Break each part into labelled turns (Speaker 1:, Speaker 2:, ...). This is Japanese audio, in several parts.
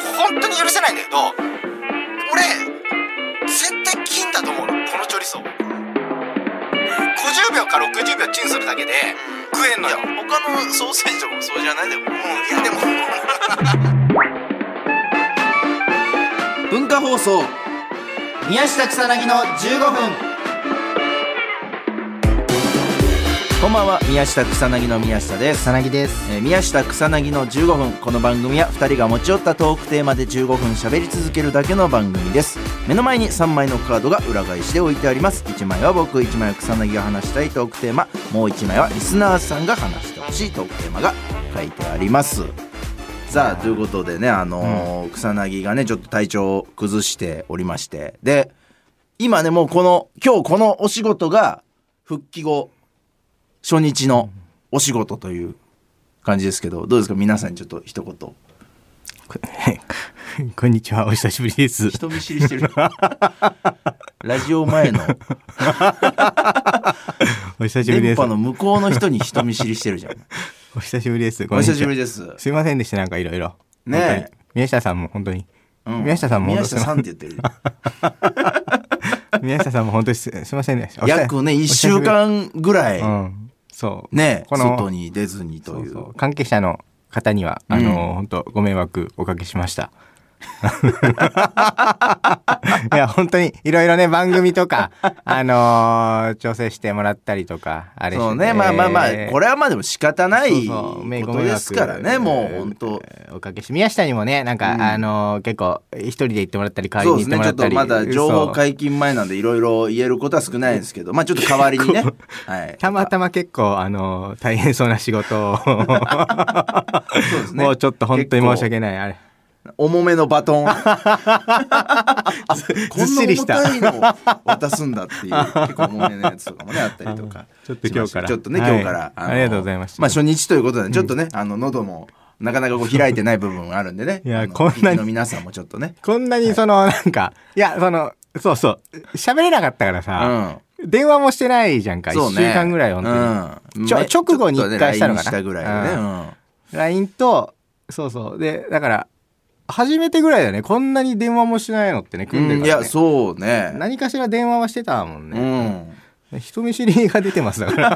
Speaker 1: ないんだけど俺絶対金だと思うのこのチョリソー50秒か60秒チンするだけで食えんのよ
Speaker 2: 他のソーセージとかもそうじゃないでも
Speaker 1: うんいやでも
Speaker 3: 文化放送宮下草薙の15分こんばんは宮下草薙の宮下です
Speaker 4: 草薙です
Speaker 3: えー宮下草薙の15分この番組は2人が持ち寄ったトークテーマで15分喋り続けるだけの番組です目の前に3枚のカードが裏返しで置いてあります1枚は僕1枚は草薙が話したいトークテーマもう1枚はリスナーさんが話してほしいトークテーマが書いてありますさあということでねあのー草薙がねちょっと体調を崩しておりましてで今ねもうこの今日このお仕事が復帰後初日のお仕事という感じですけどどうですか皆さんにちょっと一言
Speaker 4: こんにちはお久しぶりです
Speaker 3: 人見知り してるラジオ前の
Speaker 4: お久しぶりで
Speaker 3: 電
Speaker 4: す
Speaker 3: 波の向こうの人に人見知りしてるじゃん
Speaker 4: お久しぶりです
Speaker 3: お久しぶり
Speaker 4: です
Speaker 3: です
Speaker 4: すいませんでしたなんかいろいろ
Speaker 3: ねえ
Speaker 4: 本当に宮下さんも本当に
Speaker 3: うん
Speaker 4: 宮下さんも
Speaker 3: 宮下さんって言ってる
Speaker 4: 宮下さんも本当にすすいませ んでしたお久
Speaker 3: 約ね1週間ぐらい
Speaker 4: うんそう
Speaker 3: ね
Speaker 4: この
Speaker 3: 外に出ずにという
Speaker 4: そうそう関係者の方にはあの、
Speaker 3: うん
Speaker 4: 本当ご迷惑おかけしました いや本当にいろいろね番組 とかあのー調整してもらったりとかあれして
Speaker 3: そうねまあまあまあこれはまあでも仕方ない
Speaker 4: そうそうめ
Speaker 3: ことですからね
Speaker 4: ご迷
Speaker 3: も
Speaker 4: 惑
Speaker 3: う本当
Speaker 4: えーおかけし宮下にもねなんか、
Speaker 3: うん
Speaker 4: あのー結構一人で行ってもらったり代
Speaker 3: そ
Speaker 4: わ
Speaker 3: う
Speaker 4: り
Speaker 3: で
Speaker 4: に
Speaker 3: す
Speaker 4: 行って
Speaker 3: ね
Speaker 4: も
Speaker 3: ち
Speaker 4: ら
Speaker 3: ょ
Speaker 4: っ
Speaker 3: ったとま
Speaker 4: り
Speaker 3: だ情報
Speaker 4: そう
Speaker 3: 解禁前なんでいろいろ言えることは少ないですけどまあちょっと代わりに ねはい
Speaker 4: たまたま結構あのー大変そうな仕事 を
Speaker 3: そうですね
Speaker 4: もうちょっと本当に申し訳ないあれ
Speaker 3: 重めのバト ンこん
Speaker 4: ずっ
Speaker 3: な
Speaker 4: しりした
Speaker 3: 重たいの渡すんだっていう結構重めのやつとかもねあったりとか
Speaker 4: ちょっと今日か
Speaker 3: しました
Speaker 4: ら
Speaker 3: ちょっとね
Speaker 4: は
Speaker 3: 今
Speaker 4: い
Speaker 3: 日から、の
Speaker 4: ありがとうございました
Speaker 3: まあ初日ということでちょっとね、あの喉もなかなかこう開いてない部分があるんでね
Speaker 4: いや
Speaker 3: あの
Speaker 4: こんなに
Speaker 3: 聞きの皆さんもちょっとね
Speaker 4: こんなにその、なんか、いや、その、そうそう、喋れなかったから
Speaker 3: う
Speaker 4: さ、
Speaker 3: ん
Speaker 4: 電話もしてないじゃんか、
Speaker 3: そう
Speaker 4: 1週
Speaker 3: ね
Speaker 4: 間ぐらい、本当
Speaker 3: うん
Speaker 4: ちょ直後に
Speaker 3: ちょっとね
Speaker 4: 一回したのかな
Speaker 3: LINE したぐらいでね、うん
Speaker 4: に。LINE と、そうそう、で、だから、初めてぐらいだよね、こんなに電話もしないのってね、組んで
Speaker 3: うんい
Speaker 4: から、ね
Speaker 3: やそうね
Speaker 4: 何かしら電話はしてたもん
Speaker 3: う
Speaker 4: ね。
Speaker 3: ん
Speaker 4: 人見知りが出てます だから。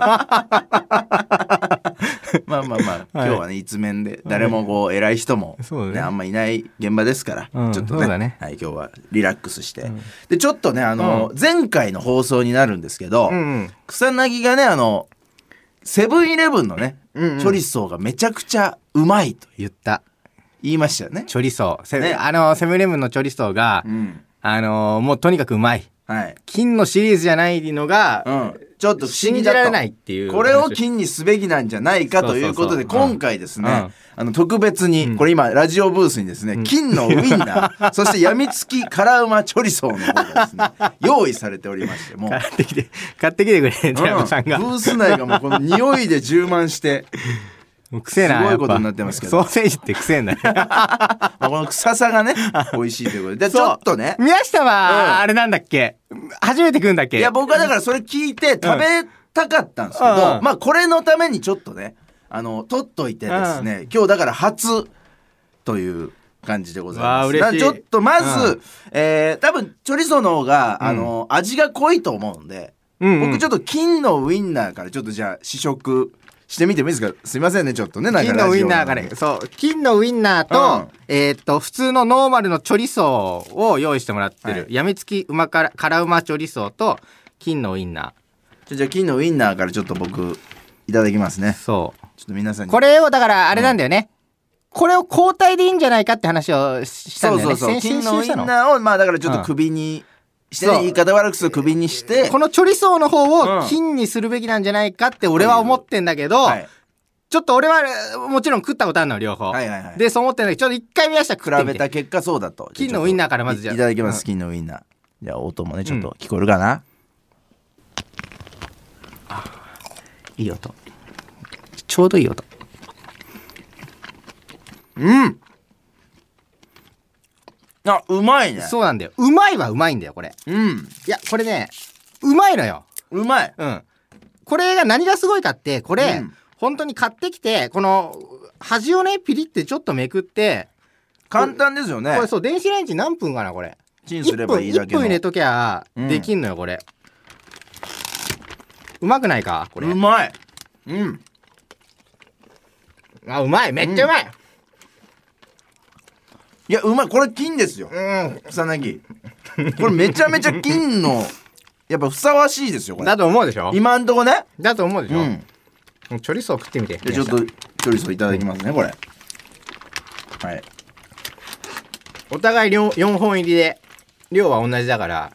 Speaker 3: まあまあまあ、今
Speaker 4: はい
Speaker 3: 日はね一面で誰もこう偉い人も、
Speaker 4: そうだね
Speaker 3: あんまいない現場ですから、
Speaker 4: うん
Speaker 3: ちょっと
Speaker 4: そう
Speaker 3: ね
Speaker 4: だね
Speaker 3: はい、今日はリラックスして、でちょっとねあの、前回の放送になるんですけど、
Speaker 4: うん
Speaker 3: 草薙がねあのセブンイレブンのね、
Speaker 4: うんうん
Speaker 3: チョリソーがめちゃくちゃうまいと
Speaker 4: 言った。
Speaker 3: 言いましたよね。
Speaker 4: チョリソー。セ
Speaker 3: ね
Speaker 4: あの、セブンイレブンのチョリソーが、
Speaker 3: うん
Speaker 4: あのもうとにかくうまい。
Speaker 3: はい
Speaker 4: 金のシリーズじゃないのが、
Speaker 3: うん、ちょっと不思
Speaker 4: 信
Speaker 3: 議
Speaker 4: じ
Speaker 3: だと
Speaker 4: られないっていう話。
Speaker 3: これを金にすべきなんじゃないかということで
Speaker 4: そうそうそううん
Speaker 3: 今回ですね、
Speaker 4: うん
Speaker 3: あの特別にこれ今ラジオブースにですね、金のウインナ ーそしてやみつき辛うまチョリソーの方がですね用意されておりましてもう。
Speaker 4: 買ってきて、買ってきてくれ、寺山さんが。
Speaker 3: うんブ
Speaker 4: も
Speaker 3: ース内がもうこの匂いで充満して、
Speaker 4: うくせえ
Speaker 3: す
Speaker 4: な。
Speaker 3: ごい
Speaker 4: やぱ
Speaker 3: ことになってますけど
Speaker 4: ソーセージってくせえんだね。
Speaker 3: まあこの臭さがね美味しいということででち
Speaker 4: そう
Speaker 3: ょっとね
Speaker 4: 宮下
Speaker 3: うん
Speaker 4: は、あれなんだっけ初めて食うんだっけ
Speaker 3: いや僕はだからそれ聞いて食べたかったんですけど、
Speaker 4: うんうん
Speaker 3: まあこれのためにちょっとねあの取っといてですね、今日だから初という感じでございま
Speaker 4: わあ
Speaker 3: す
Speaker 4: 嬉しい
Speaker 3: なちょっとまず、
Speaker 4: う
Speaker 3: えー多分チョリソーの方が、あの味が濃いと思うんで、
Speaker 4: うんうん
Speaker 3: 僕ちょっと金のウインナーからちょっとじゃあ試食してみてもいいですかすいませんねちょっとねなんか
Speaker 4: 金
Speaker 3: ラジ
Speaker 4: の
Speaker 3: オ
Speaker 4: ウインナー
Speaker 3: な
Speaker 4: がね
Speaker 3: ん、で
Speaker 4: そう、金のウインナーと、えーっと、普通のノーマルのチョリソーを用意してもらってる。
Speaker 3: は
Speaker 4: やみつきうまから、辛うまチョリソーと、金のウインナ
Speaker 3: ちょじゃあ金のウインナーからちょっと僕いただきますね
Speaker 4: ー。そう。
Speaker 3: ちょっと皆さんに
Speaker 4: これを、だから、あれなんだよね。これを交代でいいんじゃないかって話をししたんだよね。
Speaker 3: そうそうそう
Speaker 4: 先週
Speaker 3: 金のウ
Speaker 4: し
Speaker 3: イン
Speaker 4: たの
Speaker 3: ナーをまあだからちょっと首にして、ね
Speaker 4: そう
Speaker 3: 言い方悪くすると首にして
Speaker 4: このチョリソーの方
Speaker 3: うん
Speaker 4: を金にするべきなんじゃないかって俺は思ってんだけど、
Speaker 3: はい、
Speaker 4: ちょっと俺はえーもちろん食ったことあるの両方、
Speaker 3: はいはいはい
Speaker 4: でそう思ってんだけどちょっと一回宮下食って
Speaker 3: 比
Speaker 4: み
Speaker 3: べ
Speaker 4: て
Speaker 3: た結果そうだと
Speaker 4: 金のウインナーからまず
Speaker 3: じ
Speaker 4: じ
Speaker 3: ゃ
Speaker 4: ゃ
Speaker 3: あ
Speaker 4: あ
Speaker 3: いただきま
Speaker 4: う
Speaker 3: す
Speaker 4: ん
Speaker 3: 金のウインナーじゃあ音もねちょっと聞こえるかな、
Speaker 4: いい音ちょうどいい音
Speaker 3: あうまいね
Speaker 4: そうなんだようまいはうまいんだよこれ
Speaker 3: うん
Speaker 4: いやこれねうまいのよ
Speaker 3: うまい
Speaker 4: うんこれが何がすごいかってこれ、
Speaker 3: うん
Speaker 4: 本当に買ってきてこの端をねピリってちょっとめくって
Speaker 3: 簡単ですよね
Speaker 4: これそう電子レンジ何分かなこれ
Speaker 3: チンす
Speaker 4: 1
Speaker 3: れ
Speaker 4: 分
Speaker 3: ばいいだ
Speaker 4: 1
Speaker 3: けの
Speaker 4: 分入れときゃ
Speaker 3: うん
Speaker 4: できんのよこれ、うまくないかこれ
Speaker 3: うまいうん
Speaker 4: あうまいめっちゃうまい
Speaker 3: いやうまいこれ金ですよ
Speaker 4: うん、
Speaker 3: 草薙これめちゃめちゃ金のやっぱふさわしいですよこれ
Speaker 4: だと思うでしょ
Speaker 3: 今んとこね
Speaker 4: だと思うでし
Speaker 3: う
Speaker 4: ょ、
Speaker 3: ん
Speaker 4: うん、チョリソー食ってみて
Speaker 3: じゃあちょっとチョリソーいただきますねこれはい
Speaker 4: お互い 4, 4本入りで量は同じだから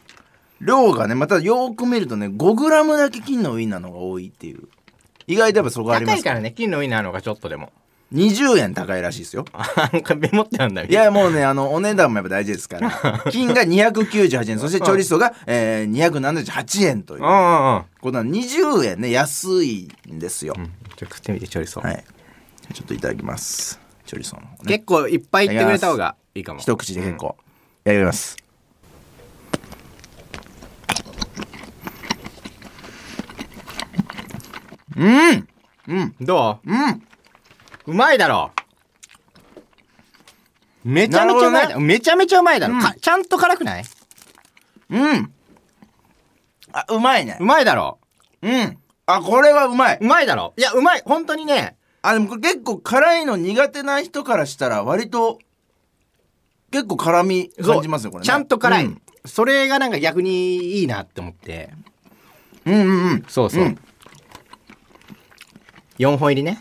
Speaker 3: 量がねまたよーく見るとね 5g だけ金のウインナーの方が多いっていう意外とやっぱそこあり
Speaker 4: 高
Speaker 3: ま
Speaker 4: い
Speaker 3: す
Speaker 4: からね金のウインナーの方がちょっとでも
Speaker 3: 20円高いらしいですよ
Speaker 4: なんかメモってあんだ
Speaker 3: いやもうねあのお値段もやっぱ大事ですから 金が298円そしてチョリソーが、えー、278円といううん
Speaker 4: うんうん
Speaker 3: この20円ね安いんですよ、
Speaker 4: うんちょっと食ってみてチョリソー、
Speaker 3: はいちょっといただきますチョリソーの方ね
Speaker 4: 結構いっぱい言ってくれた方がいいかも
Speaker 3: 一口で結構、やりますうん
Speaker 4: どう
Speaker 3: うん
Speaker 4: うまいだろめちゃめちゃうま
Speaker 3: な
Speaker 4: いだ
Speaker 3: る
Speaker 4: ろ、めちゃめちゃうまいだろ、
Speaker 3: うん
Speaker 4: かちゃんと辛くない
Speaker 3: うん。あ、うまいね
Speaker 4: う。まいだろ。
Speaker 3: うん。あ、これはうまいう
Speaker 4: まいだろいやうまい本当にね
Speaker 3: あ、でもこれ結構辛いの苦手な人からしたら、割と、結構辛み
Speaker 4: そう
Speaker 3: 感じますよ、これね。
Speaker 4: ちゃんと辛い、
Speaker 3: うん
Speaker 4: それがなんか逆にいいなって思って
Speaker 3: うんうんうん。
Speaker 4: そうそう、
Speaker 3: うん
Speaker 4: 4本入りね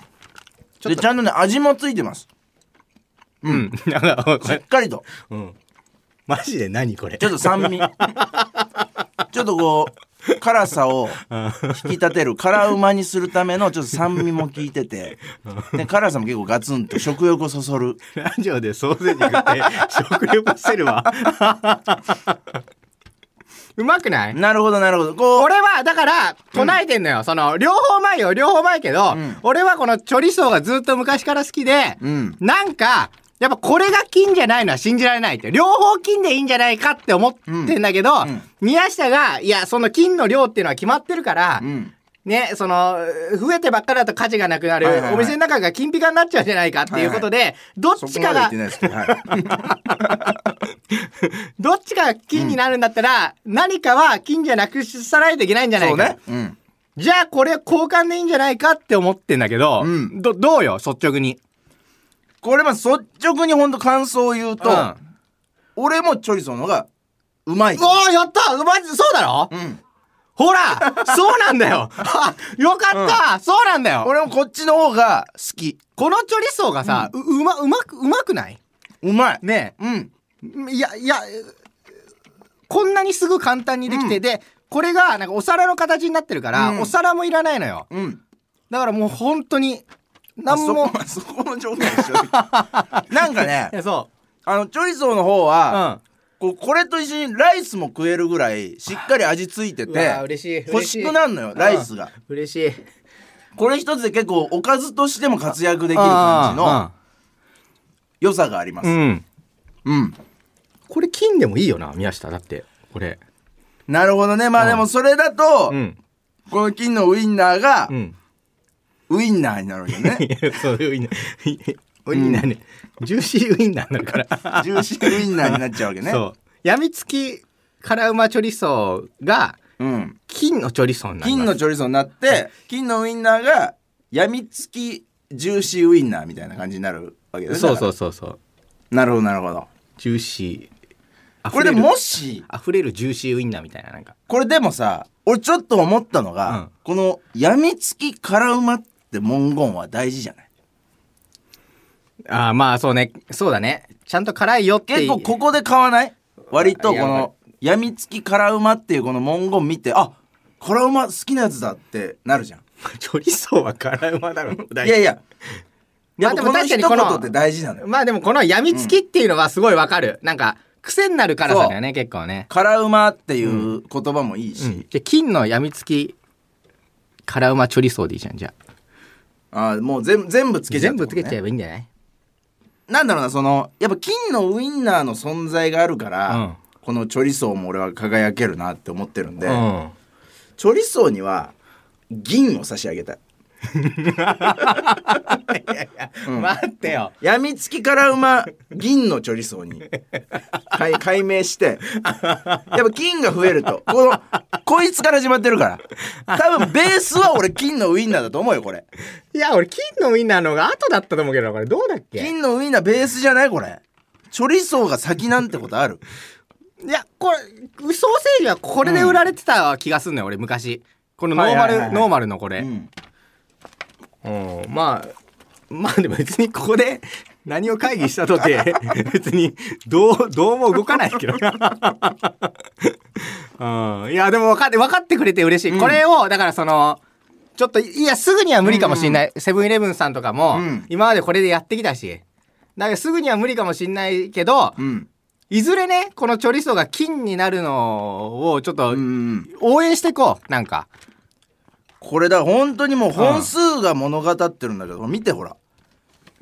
Speaker 4: ちょっ
Speaker 3: で、
Speaker 4: と
Speaker 3: ちゃんとね、味もついてます。
Speaker 4: うんなん かこ
Speaker 3: しっ
Speaker 4: れ
Speaker 3: かりと。
Speaker 4: うんマジで何これ
Speaker 3: ちょっと酸 味。ちょっとこう、辛さを
Speaker 4: うん
Speaker 3: 引き立てる、辛うまにするためのちょっと酸味も効いてて、で辛さも結構ガツンと食欲をそそる。
Speaker 4: ラジオでソーセージ 食って食レポしてるわ うまくない
Speaker 3: なるほど、なるほど。こう、
Speaker 4: 俺はだから唱えてんのよ、その両方前よ両方前けど、
Speaker 3: うん
Speaker 4: 俺はこのチョリソーがずっと昔から好きで、
Speaker 3: うん
Speaker 4: なんかやっぱこれが金じゃないのは信じられないって両方金でいいんじゃないかって思ってんだけど、
Speaker 3: んうん
Speaker 4: 宮下がいやその金の量っていうのは決まってるから、
Speaker 3: うん。
Speaker 4: ね、その増えてばっかりだと価値がなくなる、
Speaker 3: はいはいはい
Speaker 4: お店の中が金ピカになっちゃうじゃないかっていうことで、どっ
Speaker 3: そ
Speaker 4: ち
Speaker 3: こ
Speaker 4: か
Speaker 3: まで言っ
Speaker 4: が
Speaker 3: てないですけ ど、はい。
Speaker 4: どっちかが金になるんだったら、何かは金じゃなくさないといけないんじゃない
Speaker 3: そう
Speaker 4: か
Speaker 3: ね。うん。
Speaker 4: じゃあこれ交換でいいんじゃないかって思ってんだけど、
Speaker 3: うん
Speaker 4: どどうよ率直に。
Speaker 3: これまあ率直にほんと感想を言うと、
Speaker 4: うん
Speaker 3: 俺もチョリソーの方がうまい。
Speaker 4: おーやったうまいそうだろ、
Speaker 3: うん。
Speaker 4: ほらそうなんだ よあよかった、そうなんだよ
Speaker 3: 俺もこっちの方が好き。
Speaker 4: このチョリソーがさ、ううまうまくうまくないう
Speaker 3: まい。
Speaker 4: ね
Speaker 3: うん。
Speaker 4: えいやいやこんなにすぐ簡単にできて、でこれがなんかお皿の形になってるから、
Speaker 3: うん
Speaker 4: お皿もいらないのよ
Speaker 3: うん。
Speaker 4: だからもう本当に何も
Speaker 3: あ そこ、そこの条件でしょ。なんかね
Speaker 4: い、やそ
Speaker 3: あの、チョリソーの方
Speaker 4: う
Speaker 3: は、
Speaker 4: う
Speaker 3: こうこれと一緒にライスも食えるぐらい、しっかり味ついて
Speaker 4: ん
Speaker 3: て、
Speaker 4: わ嬉しい
Speaker 3: 欲しくなるのよ、ライスが。
Speaker 4: 嬉しいできる
Speaker 3: これ一つで結構おかずとしても活躍できる感じの良さがあります。
Speaker 4: うん
Speaker 3: うん。
Speaker 4: これ金でもいいよな宮下だってこれ
Speaker 3: なるほどね。まあでもそれだと、
Speaker 4: ん
Speaker 3: この金のウインナーが
Speaker 4: う、ん
Speaker 3: ウインナーになるわけね。
Speaker 4: いやそうウインナーウインナーね、ジューシーウインナーになるから
Speaker 3: ジューシーウインナーになっちゃうわけね。
Speaker 4: そうやみつき辛うまチョリソーが
Speaker 3: うん。
Speaker 4: 金のチョリソーになりま
Speaker 3: 金
Speaker 4: す
Speaker 3: のチョリソーになって、金のウインナーが、やみつきジューシーウインナーみたいな感じになるわけです。
Speaker 4: そうそううそうそう
Speaker 3: なるほど、なるほど。
Speaker 4: ジューシー
Speaker 3: これでもし、
Speaker 4: 溢れるジューシーウインナーみたいななんか
Speaker 3: これでもさ、俺ちょっと思ったのが、
Speaker 4: うん
Speaker 3: この、やみつき辛うまって文言は大事じゃない
Speaker 4: ああまあそうねそうだねちゃんと辛いよって
Speaker 3: 結構ここで買わない割とこ
Speaker 4: いやわか
Speaker 3: のやみつき辛うまっていうこの文言見てあ辛うま好きなやつだってなるじゃん
Speaker 4: チョリソーは辛うまだろ
Speaker 3: いやいや
Speaker 4: ま
Speaker 3: や
Speaker 4: あ
Speaker 3: っ
Speaker 4: で
Speaker 3: ぱこの
Speaker 4: も確か
Speaker 3: 一
Speaker 4: にこの
Speaker 3: 言って大事なのよ
Speaker 4: まあでもこのやみつきっていうのはすごいわかる。なんか癖になる辛さだよね、結構ね。
Speaker 3: 辛うまっていう言葉もいいし、
Speaker 4: じゃあ金のやみつき辛うまチョリソーでいいじゃんじゃあ。
Speaker 3: あもう全全部つけちゃう
Speaker 4: 全
Speaker 3: っ
Speaker 4: 部
Speaker 3: こ
Speaker 4: つ
Speaker 3: と
Speaker 4: け
Speaker 3: ね、
Speaker 4: ちゃえばいいんじゃない、
Speaker 3: なんだろうなそのやっぱ金のウインナーの存在があるから、
Speaker 4: うん
Speaker 3: このチョリソーも俺は輝けるなって思ってるんで、
Speaker 4: うん。
Speaker 3: チョリソーには銀を差し上げたいうん
Speaker 4: 待ってよ
Speaker 3: やみつきから馬銀のチョリソーに 解解明してやっぱ金が増えるとこのこいつから始まってるから多分ベースは俺金のウインナーだと思うよこれ
Speaker 4: いや俺金のウインナーの方が後だったと思うけどこれどうだっけ
Speaker 3: 金のウインナーベースじゃないこれチョリソーが先なんてことある
Speaker 4: いやこれソーセージはこれで売られてた気がすんね、俺昔このノーマル、
Speaker 3: はいはいはい
Speaker 4: ノーマルのこれ、
Speaker 3: うん
Speaker 4: うん、まあまあでも別にここで何を会議したと て別にどうどうも動かないけど、 うん、いやでも分かって分かってくれて嬉しい、これをだからそのちょっといやすぐには無理かもしれない、セブンイレブンさんとかも、
Speaker 3: うん
Speaker 4: 今までこれでやってきたしだからすぐには無理かもしれないけど、
Speaker 3: うん
Speaker 4: いずれねこのチョリソーが金になるのをちょっと
Speaker 3: うん
Speaker 4: 応援していこうなんか
Speaker 3: これだから本当にもう本数が物語ってるんだけど、見てほら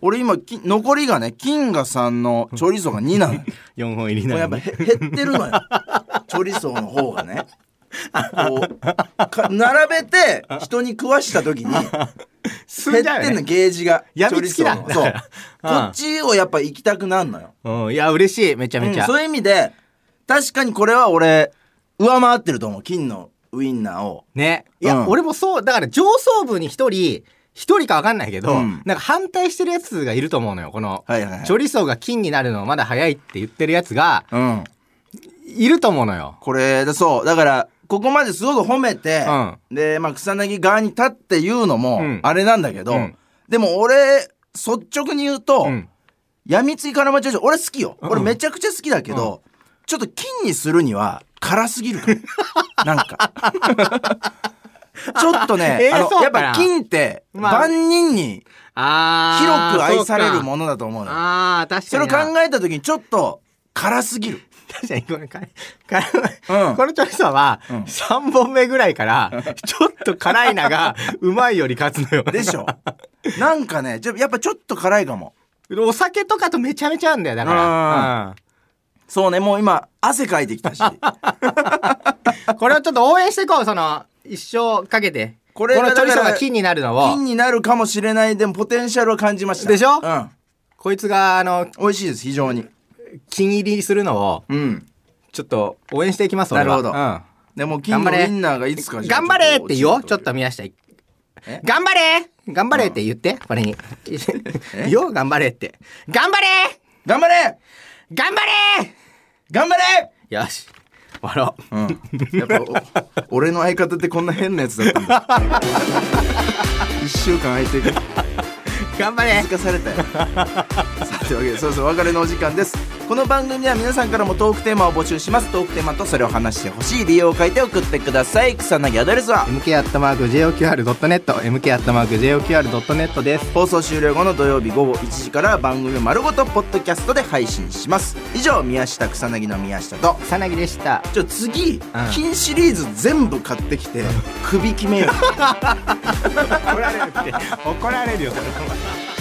Speaker 3: 俺今き残りがね金が3のチョリソーが2なのよ
Speaker 4: 4本入り
Speaker 3: も
Speaker 4: な
Speaker 3: うや
Speaker 4: の
Speaker 3: っぱ
Speaker 4: に
Speaker 3: へ減ってるのよ チョリソーの方がねこうか並べて人に食わした時に 減
Speaker 4: 進んじゃ
Speaker 3: っ
Speaker 4: うよ
Speaker 3: てんの
Speaker 4: ね
Speaker 3: ゲージが
Speaker 4: やみつきだ
Speaker 3: チョリソーの
Speaker 4: だか
Speaker 3: そう
Speaker 4: ら
Speaker 3: こっちをやっぱ行きたくなるのよ、
Speaker 4: うん、いや嬉しいめちゃめち
Speaker 3: う
Speaker 4: ゃ、
Speaker 3: んそういう意味で確かにこれは俺上回ってると思う金のウインナーを
Speaker 4: ねいや、
Speaker 3: うん
Speaker 4: 俺もそうだから上層部に一人一人か分かんないけど、
Speaker 3: うん
Speaker 4: なんか反対してるやつがいると思うのよこの、
Speaker 3: はいはいはい
Speaker 4: チョリソーが金になるのまだ早いって言ってるやつが
Speaker 3: うん
Speaker 4: いると思うのよ
Speaker 3: これだそうだからここまですごく褒めて、で、まあ、草薙側に立って言うのも
Speaker 4: うん
Speaker 3: あれなんだけど、
Speaker 4: うん
Speaker 3: でも俺率直に言うと、
Speaker 4: うん
Speaker 3: やみついからまちょう俺好きよ
Speaker 4: うん
Speaker 3: 俺めちゃくちゃ好きだけど、ちょっと金にするには辛すぎる からなんかちょっとね、
Speaker 4: えー
Speaker 3: あの
Speaker 4: そ
Speaker 3: やっ
Speaker 4: うかな
Speaker 3: ぱ金って
Speaker 4: まあ
Speaker 3: 万人に
Speaker 4: あ
Speaker 3: 広く愛される
Speaker 4: ん
Speaker 3: ものだと思うのよ
Speaker 4: あー確
Speaker 3: それ
Speaker 4: か
Speaker 3: を
Speaker 4: に
Speaker 3: 考
Speaker 4: な
Speaker 3: えた時にちょっと辛すぎる、
Speaker 4: 確かにこれかか
Speaker 3: うん
Speaker 4: このチョリソーは
Speaker 3: うん
Speaker 4: 3本目ぐらいからちょっと辛いながうまいより勝つのよ
Speaker 3: でしょなんかねちょやっぱちょっと辛いかも
Speaker 4: お酒とかとめちゃめちゃ合うんだよだから、うん
Speaker 3: そうねもう今汗かいてき たし
Speaker 4: これをちょっと応援していこうその一生かけて
Speaker 3: こ
Speaker 4: こ
Speaker 3: れが
Speaker 4: のチョリソ
Speaker 3: だ
Speaker 4: ー
Speaker 3: か
Speaker 4: が
Speaker 3: ら
Speaker 4: 金になるの
Speaker 3: 金
Speaker 4: を
Speaker 3: になるかもしれないでもポテンシャルは感じました
Speaker 4: でしょ
Speaker 3: うん
Speaker 4: こいつがあの
Speaker 3: 美味しいです非常に
Speaker 4: 金入りするのを
Speaker 3: うん
Speaker 4: ちょっと応援していきます
Speaker 3: な
Speaker 4: 俺
Speaker 3: る
Speaker 4: は
Speaker 3: ほど
Speaker 4: う
Speaker 3: でも金のウインナーがいつか
Speaker 4: ん、
Speaker 3: じゃあ
Speaker 4: 頑張れって言おうちょっと
Speaker 3: 落
Speaker 4: 宮下い
Speaker 3: え
Speaker 4: 頑張れ頑張れって言ってこれに 言おう頑張れって頑張れ
Speaker 3: る頑張れ
Speaker 4: 頑張れ
Speaker 3: 頑張れ
Speaker 4: よし終わろう
Speaker 3: うんやっぱお 俺の相方ってこんな変なやつだったんだ 一週間空いてる
Speaker 4: 頑張れ
Speaker 3: 気づかされたよさあというわけでそろそろお別れのお時間ですこの番組では皆さんからもトークテーマを募集しますトークテーマとそれを話してほしい理由を書いて送ってください草薙アドレスは
Speaker 4: mk アットマーク JOQR.net mk アットマーク JOQR.net です
Speaker 3: 放送終了後の土曜日午後1時から番組を丸ごとポッドキャストで配信します以上宮下草薙の宮下と
Speaker 4: さなぎでした
Speaker 3: ちょ次、金シリーズ全部買ってきて首決めよう
Speaker 4: 怒られるって怒られるよそれ